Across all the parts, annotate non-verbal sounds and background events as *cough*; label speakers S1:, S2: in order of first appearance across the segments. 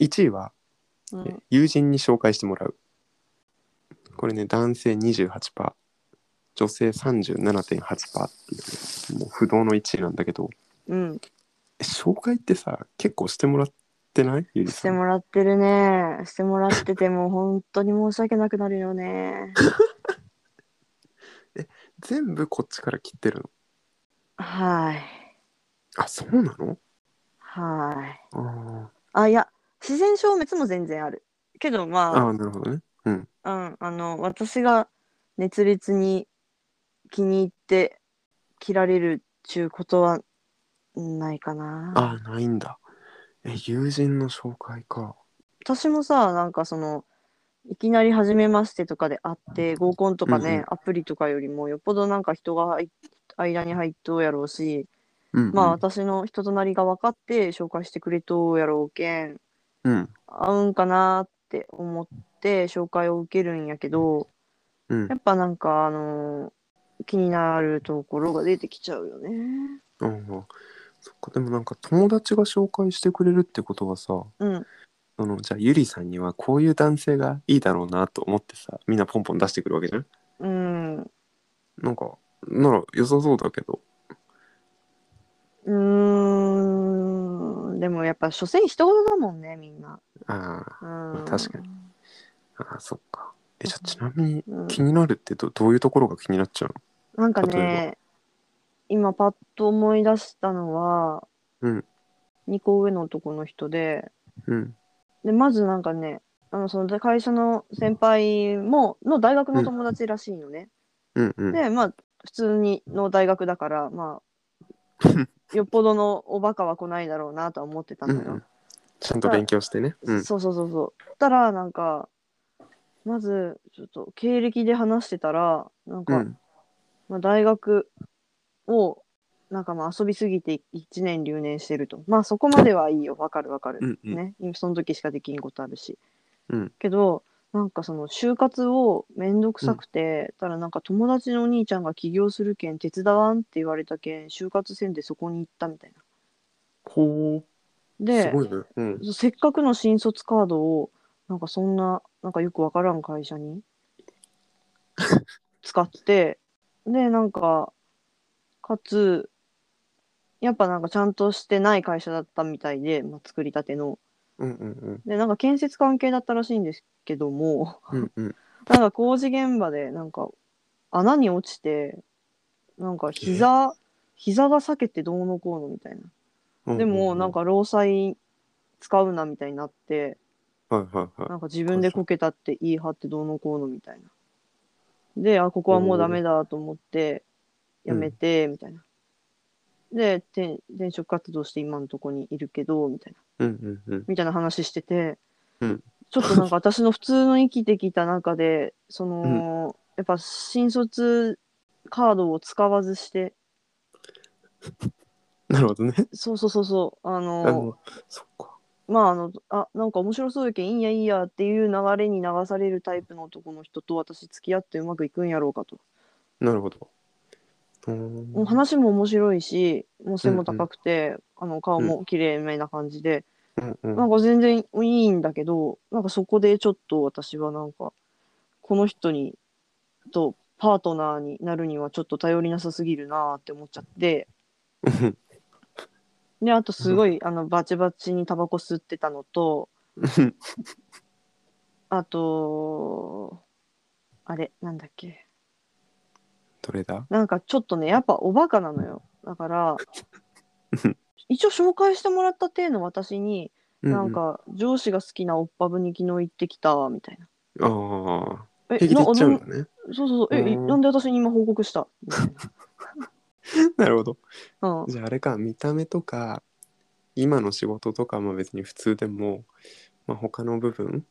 S1: 1位は、
S2: うん
S1: え友人に紹介してもらう。これね、男性28%、女性37.8%っていう、ね、もう不動の1位なんだけど、
S2: うん。
S1: え紹介ってさ、結構してもらってないゆり
S2: し
S1: さ
S2: て
S1: ん。
S2: もらってるね。してもらってても、本当に申し訳なくなるよね。
S1: 全部こっちから切ってるの。
S2: はい。
S1: あ、そうなの
S2: はい。
S1: あ
S2: あ、いや、自然消滅も全然ある。けど、
S1: あ
S2: ま
S1: ああ、なるほどね。うん。
S2: あ、うん、あの、私が熱烈に気に入って切られるっちゅうことはないかな。
S1: ああ、ないんだ。え、友人の紹介か。
S2: 私もさなんかそのいきなり初めましてとかで会って合コンとかね、
S1: うんうん
S2: アプリとかよりもよっぽどなんか人が入っ間に入っとうやろうし、
S1: うん、うん。
S2: まあ私の人となりが分かって紹介してくれとうやろうけん
S1: うん。
S2: 合うんかなって思って紹介を受けるんやけど
S1: うん
S2: や。っぱなんかあのー気になるところが出てきちゃうよね。
S1: うん。そっか、でもなんか友達が紹介してくれるってことはさ、
S2: うん
S1: そのじゃあゆりさんにはこういう男性がいいだろうなと思ってさみんなポンポン出してくるわけじゃん
S2: うん
S1: なんかなら良さそうだけど
S2: うーんでもやっぱ所詮人事だもんねみんな。
S1: あー
S2: うん
S1: 確かにあーそっかえじゃあ
S2: うん
S1: ちなみに
S2: うん
S1: 気になるってどどういうところが気になっちゃう
S2: なんか
S1: 例
S2: ね今パッと思い出したのは、
S1: うん
S2: 2個上の男の人で
S1: のうん
S2: でまずなんかねあのその会社の先輩もの大学の友達らしいのね、
S1: うんうん
S2: でまあ普通にの大学だからま
S1: *laughs*
S2: あよっぽどのおバカは来ないだろうなとは思ってた
S1: う
S2: の
S1: ん
S2: よ、
S1: うんちゃんと勉強してねうん
S2: そうそうそうそう。たらなんかまずちょっと経歴で話してたらなん
S1: う
S2: か、
S1: ん
S2: まあ、大学をなんかまあ遊びすぎて1年留年してるとまあそこまではいいよわかるわかる、
S1: うんうん
S2: ね今その時しかできんことあるし、
S1: うん
S2: けどなんかその就活をめんどくさくて、ただなんか友達のお兄ちゃんが起業するけん手伝わんって言われたけん就活せんでそこに行ったみたいな。
S1: ほう
S2: です
S1: ごいねうん
S2: そうせっかくの新卒カードをなんかそんななんかよくわからん会
S1: *laughs*
S2: 社に使ってでなんかかつやっぱなんかちゃんとしてない会社だったみたいで、まあ、作りたての
S1: うんうん
S2: でなんか建設関係だったらしいんですけども *laughs*
S1: うんうんうん
S2: なんか工事現場でなんか穴に落ちてなんか膝膝が裂けてどうのこうのみたいな
S1: うん
S2: でもなんか労災使うなみたいになって
S1: はいはいは
S2: なんか自分でこけたって言い張ってどうのこうのみたいなであここはもうダメだと思ってやめてみたいな、で転転職活動して今のとこにいるけどみたいない
S1: うんうんうん
S2: みたいな話してて、
S1: うん
S2: ちょっとなんか私の普通の生きてきた中でその、やっぱ新卒カードを使わずして
S1: なるほどね
S2: そうそうそうそうあの
S1: あのそっか
S2: まああのあなんか面白そうやけんいいんやいいやっていう流れに流されるタイプの男の人と私付き合ってうまくいくんやろうかと、
S1: なるほどうーん
S2: もう話も面白いしもう背も高くて、あの顔も綺麗めな感じで、
S1: うんうん
S2: なんか全然いいんだけどなんかそこでちょっと私はなんかこの人にとパートナーになるにはちょっと頼りなさすぎるなーって思っちゃって
S1: うん
S2: であとすごい、あのバチバチにタバコ吸ってたのと、
S1: うん
S2: あと、あれ、なんだっけ。
S1: *laughs* どれだ
S2: なんかちょっとね、やっぱおバカなのよ。だから
S1: うん、
S2: 一応紹介してもらった体の私に、
S1: うう
S2: なんか上司が好きなおっぱぶに昨日行ってきた、みたいな。
S1: ああ、
S2: え
S1: 平気で言っちゃう
S2: なん
S1: だね。
S2: そうそうそう、え、
S1: うん
S2: なんで私に今報
S1: *laughs*
S2: 告したみたい
S1: なるほど。
S2: な。うん
S1: じゃああれか、見た目とか、今の仕事とかも別に普通でも、まあ、他の部分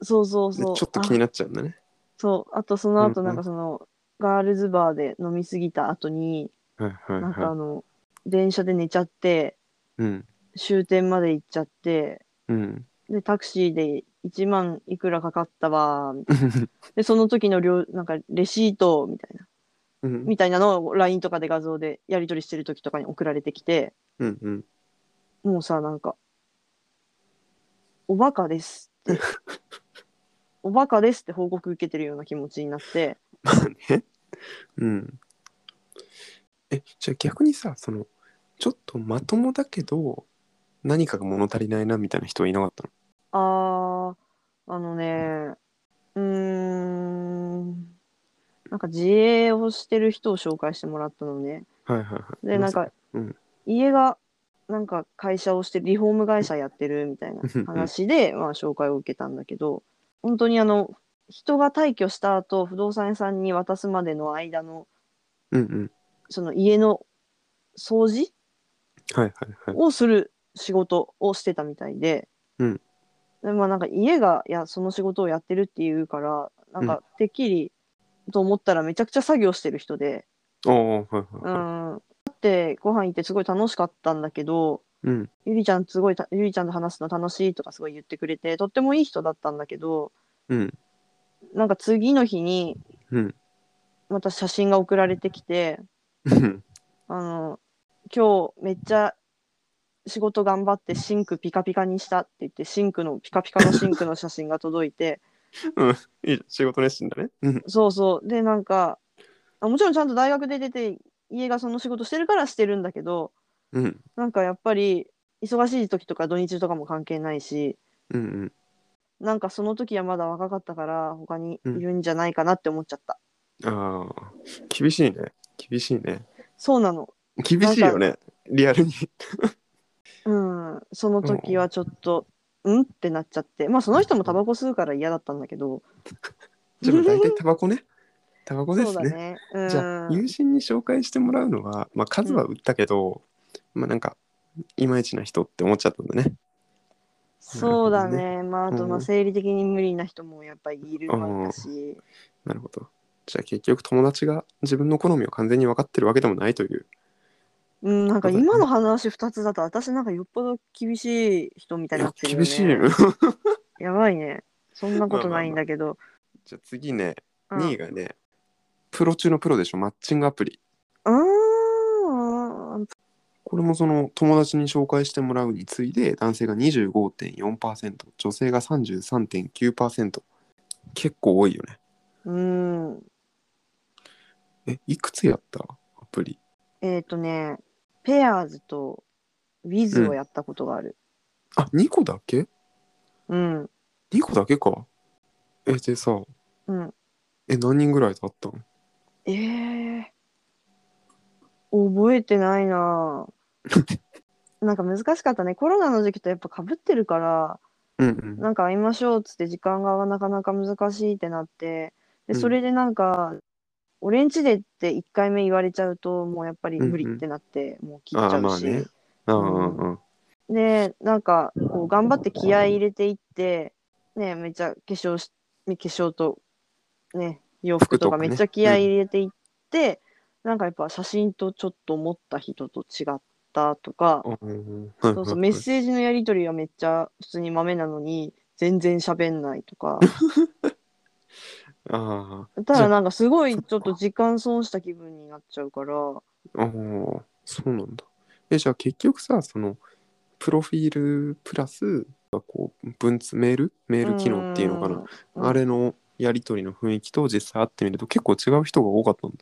S2: そうそう
S1: でち
S2: そ
S1: ょ
S2: う。
S1: っと気になっちゃうんだね。
S2: あそう、あとその後
S1: うん
S2: な
S1: うんん
S2: かその、ガールズバーで飲みすぎた後に、
S1: はいはい
S2: なんかあ
S1: は
S2: の、電車で寝ちゃって、
S1: い。うん。
S2: 終点まで行っちゃって、
S1: うん。
S2: でタクシーで1万いくらかかったわーみたいなでその時の料なんかレシートみたいな
S1: うん。
S2: みたいなのを LINE とかで画像でやり取りしてる時とかに送られてきて
S1: うん。うん。
S2: もうさなんかおバカですって
S1: *laughs*
S2: おバカですって報告受けてるような気持ちになって
S1: まあ *laughs* ね。うん。え、じゃあ逆にさ、その、ちょっとまともだけど、何かが物足りないなみたいな人はいなかったの
S2: あーあのねうーんなんか自営をしてる人を紹介してもらったのね
S1: はいはいはい。
S2: でなんか、
S1: うん
S2: 家がなんか会社をしてリフォーム会社やってるみたいな話で、まあ、紹介を受けたんだけど本当にあの人が退去した後不動産屋さんに渡すまでの間の
S1: うんうん。
S2: その家の掃除
S1: はいはいはい。
S2: をする仕事をしてたみたいで、
S1: うん
S2: でまあなんか家がいやその仕事をやってるっていうからなんかてっきりと思ったらめちゃくちゃ作業してる人で、
S1: ああ、はいはい
S2: う
S1: はい。
S2: ん、だってご飯行ってすごい楽しかったんだけど
S1: うん。
S2: ゆりちゃんすごいたゆりちゃんと話すの楽しいとかすごい言ってくれてとってもいい人だったんだけど
S1: うん。
S2: なんか次の日に
S1: うん。
S2: また写真が送られてきて。
S1: うん。
S2: あの今日めっちゃ仕事頑張ってシンクピカピカにしたって言ってシンクのピカピカのシンクの写真が届いて *laughs*
S1: いいじゃん仕事熱心だね。うん。
S2: そうそうでなんかあもちろんちゃんと大学で出て家がその仕事してるからしてるんだけど
S1: うん。
S2: なんかやっぱり忙しい時とか土日とかも関係ないし
S1: うんうん。
S2: なんかその時はまだ若かったから他にい
S1: うん
S2: るんじゃないかなって思っちゃった、
S1: ああ、厳しいね。厳しいね。
S2: そうなの
S1: 厳しいよね。リアル *laughs* に。
S2: うんその時はちょっと、うんってなっちゃってまあその人もタバコ吸うから嫌だったんだけど
S1: ちょっと大体タバコね。タバコで
S2: そう
S1: す
S2: だ
S1: ね。
S2: ね。うん
S1: じゃあ友人に紹介してもらうのは、まあ、数は売ったけど、まあなんかいまいちな人って思っちゃったんだね。
S2: そうだ
S1: な
S2: ね。まあ、あと、ま
S1: う
S2: あ、
S1: ん
S2: 生理的に無理な人もやっぱりいるわけだし、
S1: なるほど。じゃあ結局友達が自分の好みを完全に分かってるわけでもないという。
S2: うん、なんか
S1: そうだね
S2: 今の話2つだと、私なんかよっぽど厳しい人みたいになってるよ、ね。
S1: 厳しい。
S2: *laughs* やばいね。そんなことないんだけど。
S1: じゃあ次ね、
S2: うん
S1: 2位がね、プロ中のプロでしょ、マッチングアプリ。
S2: あー
S1: これもその友達に紹介してもらうに次いで男性が25.4%、女性が33.9%。結構多いよね。
S2: うん。
S1: え、いくつやったアプリ。
S2: えっ、とね、ペアーズとウィズをやったことがある。
S1: あ、2個だけ
S2: うん。
S1: 2個だけかえでさ
S2: うん。
S1: え何人ぐらいと会ったの
S2: えー、覚えてな
S1: *laughs*
S2: いなぁなんか難しかったね。コロナの時期とやっぱかぶってるから、
S1: うんうん
S2: なんか会いましょうっつって時間がなかなか難しいってなって
S1: う
S2: で
S1: ん
S2: それでなんか、俺んちでって1回目言われちゃうともうやっぱり無理ってなって、もう切っちゃ
S1: あーま
S2: う
S1: あ
S2: し、
S1: ねああ
S2: でなんかこう頑張って気合い入れていってねめっちゃ化粧し化粧とね洋服
S1: 服と
S2: とか
S1: かね
S2: めっちゃ気合い入れていって、なんかやっぱ写真とちょっと思った人と違ったとか、
S1: ああ
S2: そうそうメッセージのやり取りはめっちゃ普通に豆なのに全然喋んない
S1: *laughs*
S2: とか
S1: あ
S2: ただなんかすごいちょっと時間損した気分になっちゃうから
S1: ーあーそうなんだえじゃあ結局さそのプロフィールプラスこう文通メールメール機能っていうのかな
S2: うん
S1: あれのやり取りの雰囲気と実際会ってみると結構違う人が多かったんだ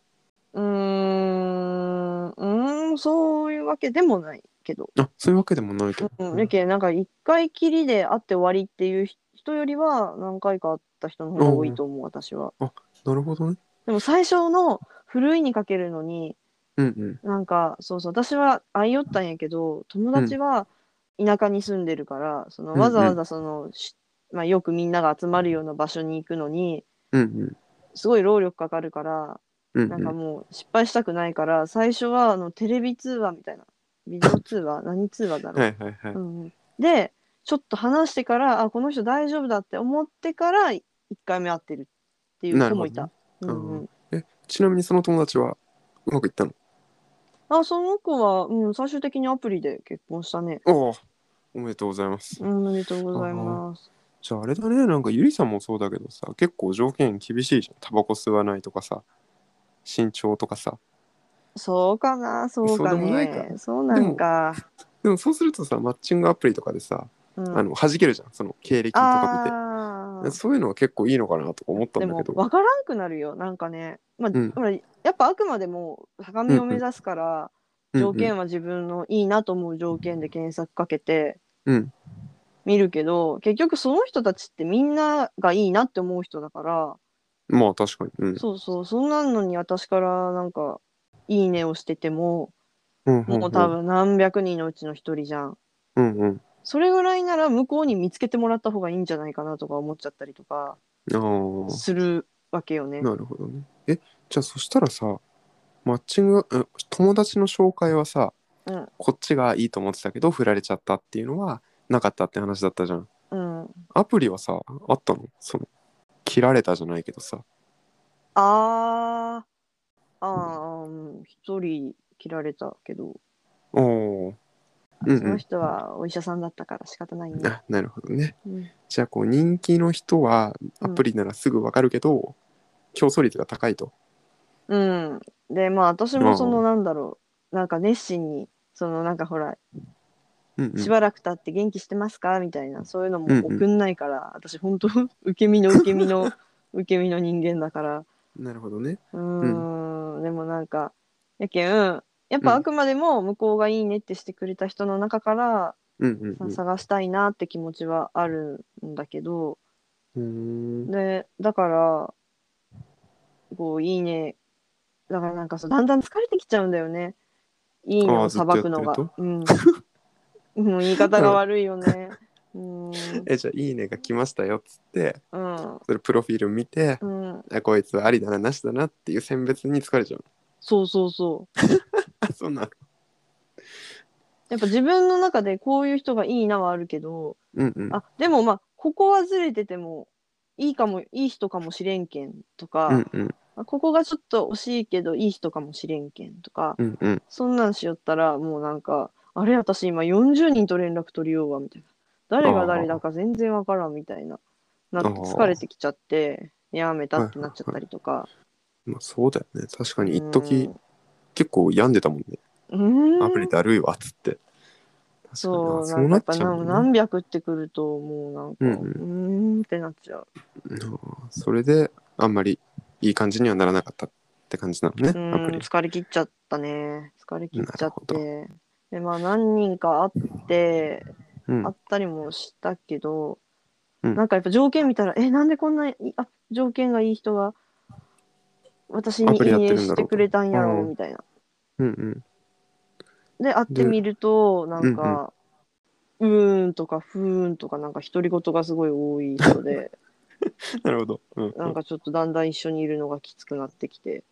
S2: うーんうーんそういうわけでもないけど、
S1: あそういうわけでもないけど、
S2: うん、だけどなんか一回きりで会って終わりっていう人よりは何回か会った人の方が多いと思う私は
S1: なるほどね
S2: でも最初のふるいにかけるのに
S1: うんうん
S2: なんかそうそう私は会いよったんやけど友達は田舎に住んでるから、その
S1: うん
S2: わざわざその、しまあ、よくみんなが集まるような場所に行くのに
S1: うんうん
S2: すごい労力かかるから
S1: うん
S2: なんか
S1: うん
S2: もう失敗したくないから最初はあのテレビ通話みたいなビデオ通話何通話だろう、
S1: はいはいはい、
S2: うん、でちょっと話してからあこの人大丈夫だって思ってから1回目会ってるっていう
S1: な
S2: 子
S1: るほ
S2: も
S1: ど
S2: いた、
S1: う
S2: うんんうん、
S1: ちなみにその友達はうまくいったの
S2: あその子は、うん、最終的にアプリで結婚したね
S1: おおおめでとうございます、
S2: うんおめでとうございます。
S1: じゃああれだねなんかゆりさんもそうだけどさ結構条件厳しいじゃんタバコ吸わないとかさ身長とかさ
S2: そうかな、そうか
S1: そうでもない
S2: ね。そうなんか。
S1: でもそうするとさマッチングアプリとかでさ
S2: うん、
S1: あの弾けるじゃんその経歴とか
S2: あ
S1: 見
S2: ー
S1: てそういうのは結構いいのかなとか思った
S2: で
S1: んだ
S2: も
S1: けど
S2: 分からんくなるよなんかね、まあ
S1: うん
S2: ほらやっぱあくまでも高みを目指すから、条件は自分のいいなと思う条件で検索かけて
S1: うんうん
S2: 見るけど結局その人たちってみんながいいなって思う人だから、
S1: うんまあ確かにうん
S2: そうそうそんなのに私からなんか「いいね」をしてても
S1: うんうん
S2: もう多分何百人のうちの一人じゃん。
S1: うんうん
S2: それぐらいなら向こうに見つけてもらった方がいいんじゃないかなとか思っちゃったりとか
S1: あー
S2: するわけよね。
S1: なるほどね。えじゃあそしたらさマッチングうん友達の紹介はさ、
S2: うん
S1: こっちがいいと思ってたけど振られちゃったっていうのはなかったって話だったじゃん。
S2: うん、
S1: アプリはさあったのその切られたじゃないけどさ。
S2: あーあーうん一人切られたけど、
S1: おお。うん
S2: そうの
S1: ん。
S2: 人はお医者さんだったから仕方ないね。
S1: あなるほどね。
S2: うん
S1: じゃあこう人気の人はアプリならすぐわかるけど、競争率が高いと。
S2: うん、でまあ私もそうの
S1: ん
S2: なんだろうなんか熱心にそのなんかほら
S1: うんうん
S2: しばらく経って元気してますかみたいなそういうのも
S1: うんうん
S2: 送んないから、私本当受け身の受け身
S1: *laughs*
S2: の受け身の人間だから
S1: なるほどね。
S2: うーんでもなんかやけんやっぱあくまでも向こうがいいねってしてくれた人の中から、
S1: うんうん
S2: さ探したいなって気持ちはあるんだけど
S1: うん。うーん
S2: でだからこういいねだからなんかそうだんだん疲れてきちゃうんだよねいいね
S1: あ
S2: を
S1: ーずっ
S2: さ
S1: と
S2: ば
S1: やって
S2: く
S1: る
S2: の
S1: と
S2: が
S1: *laughs*
S2: うん、もう言い方が悪いよねうん
S1: えじゃあ「いいね」が来ましたよっつって
S2: うん
S1: それプロフィール見て、
S2: うん、
S1: あこいつありだななしだなっていう選別に疲れちゃう *laughs*
S2: そうそうそう
S1: あそうなの
S2: やっぱ自分の中でこういう人がいいなはあるけど、
S1: うんうん
S2: あでもまあここはずれててもいいかもいい人かもしれんけんとか、
S1: うんうん
S2: あここがちょっと惜しいけどいい人かもしれんけんとか、
S1: うんうん
S2: そんなんしよったらもうなんかあれ私今40人と連絡取りようわみたいな誰が誰だか全然わからんみたいななって
S1: あー
S2: 疲れてきちゃってやめたってなっちゃったりとか。
S1: まあそうだよね確かに一
S2: う
S1: 時
S2: ん
S1: 結構病んでたもんね
S2: うん
S1: アプリだるいわっつって確かに
S2: そう
S1: あ
S2: な
S1: そうん
S2: か
S1: な
S2: やっ
S1: っ
S2: ぱ
S1: ちゃうもん
S2: 何
S1: ね
S2: 何百ってくるともうなんか、う
S1: うんん、
S2: ーんってなっちゃう。
S1: うんそれであんまりいい感じにはならなかったって感じなのね
S2: う
S1: ア
S2: ん
S1: プリ
S2: 疲れ切っちゃったね疲れ切っちゃっ
S1: な
S2: てでまあ何人か会って
S1: うん
S2: 会ったりもしたけど、
S1: うん
S2: なんかやっぱ条件見たらえなんでこんないいあ条件がいい人が私に
S1: アプリ
S2: いい
S1: やって
S2: ね
S1: るんだろう
S2: してくれたんやろ
S1: う
S2: うんみたいな
S1: うんうん
S2: で会ってみるとなんかうーんとかふーんとかなんか独り言がすごい多い
S1: *laughs*
S2: 人で
S1: なるほどうんう
S2: なん
S1: ん
S2: かちょっとだんだん一緒にいるのがきつくなってきて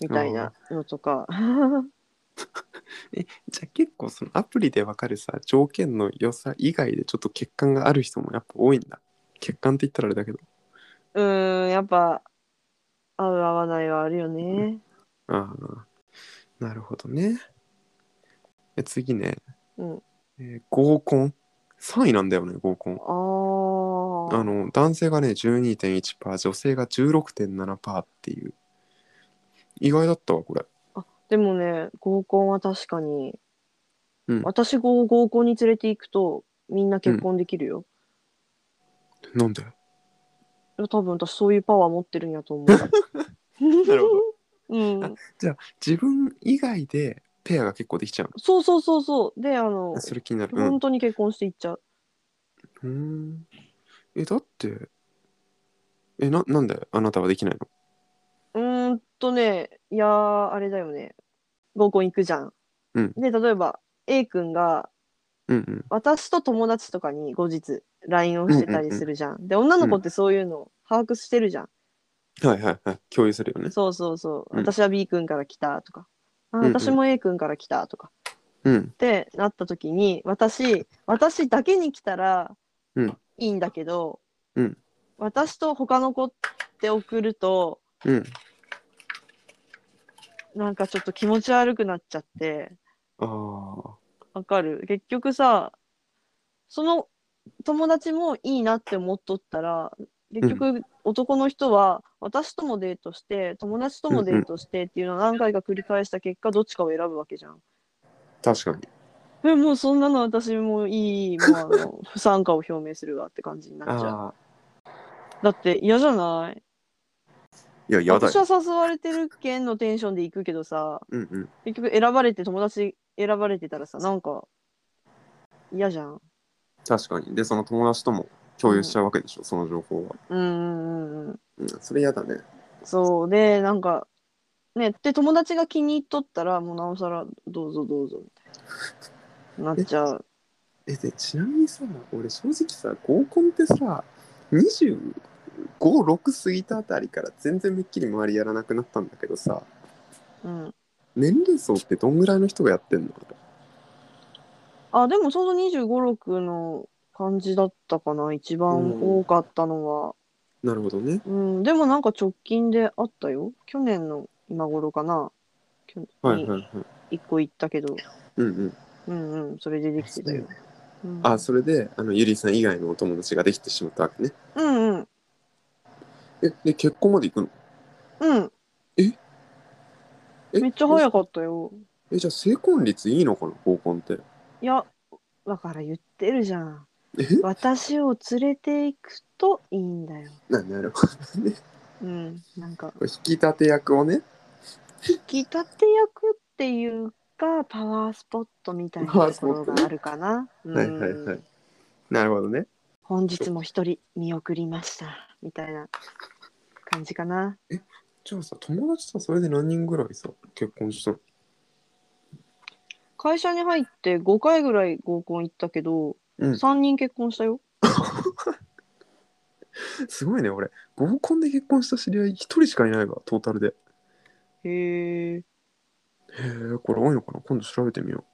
S2: みたいなのとか *laughs*
S1: じゃあ結構そのアプリでわかるさ条件の良さ以外でちょっと欠陥がある人もやっぱ多いんだ欠陥って言ったらあれだけど
S2: うーん、やっぱ、合う合わないはあるよね。
S1: ああ、なるほどね。え次ね、
S2: うん。
S1: えー合コン。3位なんだよね、合コン。
S2: あー
S1: あの、男性がね、12.1%、女性が16.7%っていう。意外だったわ、これ。
S2: でもね、合コンは確かに、
S1: うん
S2: 私を合コンに連れて行くと、みんな結婚できるよ。
S1: なんで
S2: いや多分私そういうパワー持ってるんやと思う。
S1: *laughs* なるほど。
S2: *laughs* うん、
S1: 自分以外でペアが結構できちゃう
S2: そうそうそうそう。で、あの
S1: の。、それ気になる。うん
S2: 本当に結婚していっちゃう。
S1: うーん。え、だって、え、な、なんであなたはできないの
S2: うーんとね、いやー、あれだよね。合コン行くじゃん。
S1: うん
S2: で、例えば、A 君が、
S1: うんうん。
S2: 私と友達とかに後日 LINE をしてたりするじゃん。で女の子ってそういうの把握してるじゃん。
S1: はいはいはい。共有するよね。
S2: そうそうそう。
S1: うん
S2: 私は B 君から来たとか。あ
S1: うんうん
S2: 私も A 君から来たとか。
S1: うん。
S2: ってなった時に私私だけに来たら
S1: うん
S2: いいんだけど、
S1: うん
S2: 私と他の子って送ると
S1: うん。
S2: なんかちょっと気持ち悪くなっちゃって
S1: ああ。
S2: わかる結局さその友達もいいなって思っとったら結局男の人は私ともデートして友達ともデートしてっていうのを何回か繰り返した結果どっちかを選ぶわけじゃん。
S1: 確かに。
S2: えもうそんなの私もいい、もうあの不参加を表明するわって感じになっちゃう。
S1: ああ
S2: だって嫌じゃない
S1: いややだ
S2: 私は
S1: よ
S2: 誘われてるけんのテンションで行くけどさ、
S1: うんうん
S2: 結局選ばれて友達選ばれてたらさ、なんか嫌じゃん。
S1: 確かにでその友達とも共有しちゃうわけでしょ、その情報は
S2: うんうんうんうん。
S1: うんそれやだね
S2: そうでなんかねで友達が気に入っとったらもうなおさらどうぞどうぞみたいななっちゃう
S1: えでちなみにさ俺正直さ合コンってさ256過ぎたあたりから全然めっきり周りやらなくなったんだけどさ
S2: うん
S1: 年齢層ってどんぐらいの人がやってんの
S2: あでもちょうど2 5 6の感じだったかな一番多かったのは
S1: なるほどね
S2: うん、でもなんか直近であったよ去年の今頃かな去
S1: はいはいはい
S2: 1個行ったけど
S1: うんうん
S2: うんうんそれでできてたよ、うん、
S1: あそれであのゆりさん以外のお友達ができてしまったわけね
S2: うんうん
S1: えで結婚まで行くの
S2: うん
S1: え
S2: めっちゃ早かったよ
S1: えじゃあ成婚率いいのかな合コンって
S2: いやだから言ってるじゃん
S1: え
S2: 私を連れて行くといいんだよ。
S1: ななるほどね
S2: うん、なんか
S1: これ引き立て役をね
S2: 引き立て役っていうかパワースポットみたいなところがあるかな。
S1: はいはい
S2: うん
S1: はいなるほどね
S2: 本日も一人見送りましたみたいな感じかな。
S1: じゃあさ友達さそれで何人ぐらいさ結婚したの
S2: 会社に入って5回ぐらい合コン行ったけど、
S1: うん
S2: 3人結婚したよ。
S1: すごいね俺合コンで結婚した知り合い一人しかいないわトータルでへ
S2: へえ。
S1: えこれ多いのかな今度調べてみよ